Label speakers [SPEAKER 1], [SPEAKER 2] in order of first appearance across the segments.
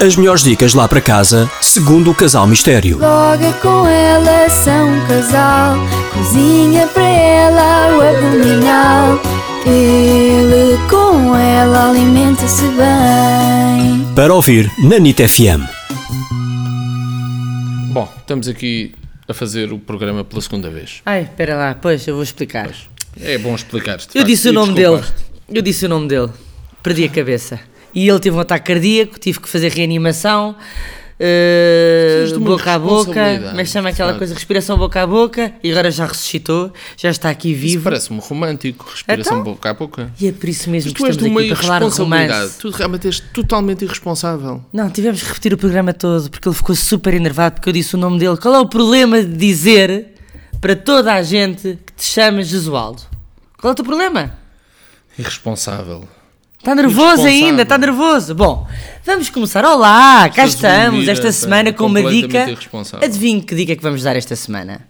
[SPEAKER 1] As melhores dicas lá para casa, segundo o Casal Mistério.
[SPEAKER 2] Logo é com ela são um casal, cozinha para ela o abdominal. Ele com ela alimenta-se bem.
[SPEAKER 1] Para ouvir na NIT FM.
[SPEAKER 3] Bom, estamos aqui a fazer o programa pela segunda vez.
[SPEAKER 4] Ai, espera lá, pois eu vou explicar.
[SPEAKER 3] É bom explicar-te.
[SPEAKER 4] eu
[SPEAKER 3] Vasco,
[SPEAKER 4] disse o
[SPEAKER 3] Ah, e
[SPEAKER 4] nome dele.
[SPEAKER 3] desculpa-te.
[SPEAKER 4] Eu disse o nome dele. Perdi a cabeça. E ele teve um ataque cardíaco, tive que fazer reanimação. eh,
[SPEAKER 3] Precisas de uma
[SPEAKER 4] boca a boca,
[SPEAKER 3] responsabilidade,
[SPEAKER 4] mas chama aquela
[SPEAKER 3] Vasco.
[SPEAKER 4] coisa respiração boca a boca e agora já ressuscitou, já está aqui
[SPEAKER 3] Isso
[SPEAKER 4] vivo.
[SPEAKER 3] parece-me romântico, respiração
[SPEAKER 4] Então?
[SPEAKER 3] boca a boca. Tipo,
[SPEAKER 4] E é por isso mesmo
[SPEAKER 3] Mas
[SPEAKER 4] que
[SPEAKER 3] tu és de
[SPEAKER 4] estamos
[SPEAKER 3] uma
[SPEAKER 4] aqui para falar tipo de
[SPEAKER 3] irresponsabilidade.
[SPEAKER 4] romance.
[SPEAKER 3] Tu realmente és totalmente irresponsável.
[SPEAKER 4] Não, tivemos que repetir o programa todo porque ele ficou super enervado porque eu disse o nome dele. Qual é o problema de dizer para toda a gente que te chamas Jesualdo? Qual é o teu problema?
[SPEAKER 3] Irresponsável.
[SPEAKER 4] Está Tá nervoso
[SPEAKER 3] Irresponsável.
[SPEAKER 4] ainda, está nervoso. Bom, vamos começar. Olá, cá
[SPEAKER 3] Estás
[SPEAKER 4] estamos
[SPEAKER 3] desiludida,
[SPEAKER 4] esta semana com uma
[SPEAKER 3] é completamente
[SPEAKER 4] dica.
[SPEAKER 3] irresponsável.
[SPEAKER 4] Adivinhe que dica é que vamos dar esta semana?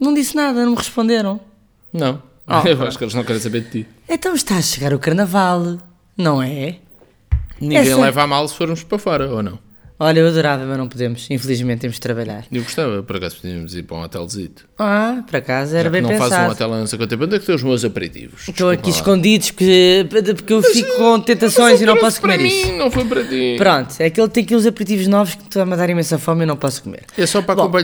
[SPEAKER 4] Não disse nada, não me responderam.
[SPEAKER 3] Não.
[SPEAKER 4] Ah,
[SPEAKER 3] eu
[SPEAKER 4] pronto.
[SPEAKER 3] acho que eles não querem saber de ti.
[SPEAKER 4] Então está a chegar o carnaval, não é?
[SPEAKER 3] Ninguém
[SPEAKER 4] Essa-
[SPEAKER 3] leva a mal se formos para fora, ou não?
[SPEAKER 4] Olha, eu adorava, mas não podemos. Infelizmente temos de trabalhar.
[SPEAKER 3] Eu gostava, por acaso podíamos ir para um hotelzito.
[SPEAKER 4] Ah, por acaso
[SPEAKER 3] Já
[SPEAKER 4] era
[SPEAKER 3] que
[SPEAKER 4] bem
[SPEAKER 3] não fazes um
[SPEAKER 4] pensado.
[SPEAKER 3] hotel há não sei quanto tempo. Onde é que estão os meus aperitivos?
[SPEAKER 4] Estou aqui
[SPEAKER 3] Desculpa lá.
[SPEAKER 4] escondidos porque, porque eu fico com tentações e não posso comer
[SPEAKER 3] para
[SPEAKER 4] isso.
[SPEAKER 3] mim, não foi para ti.
[SPEAKER 4] Pronto, é que ele tem aqui uns aperitivos novos que estão a me dar imensa fome e eu não posso comer.
[SPEAKER 3] É só para
[SPEAKER 4] Bom,
[SPEAKER 3] acompanhar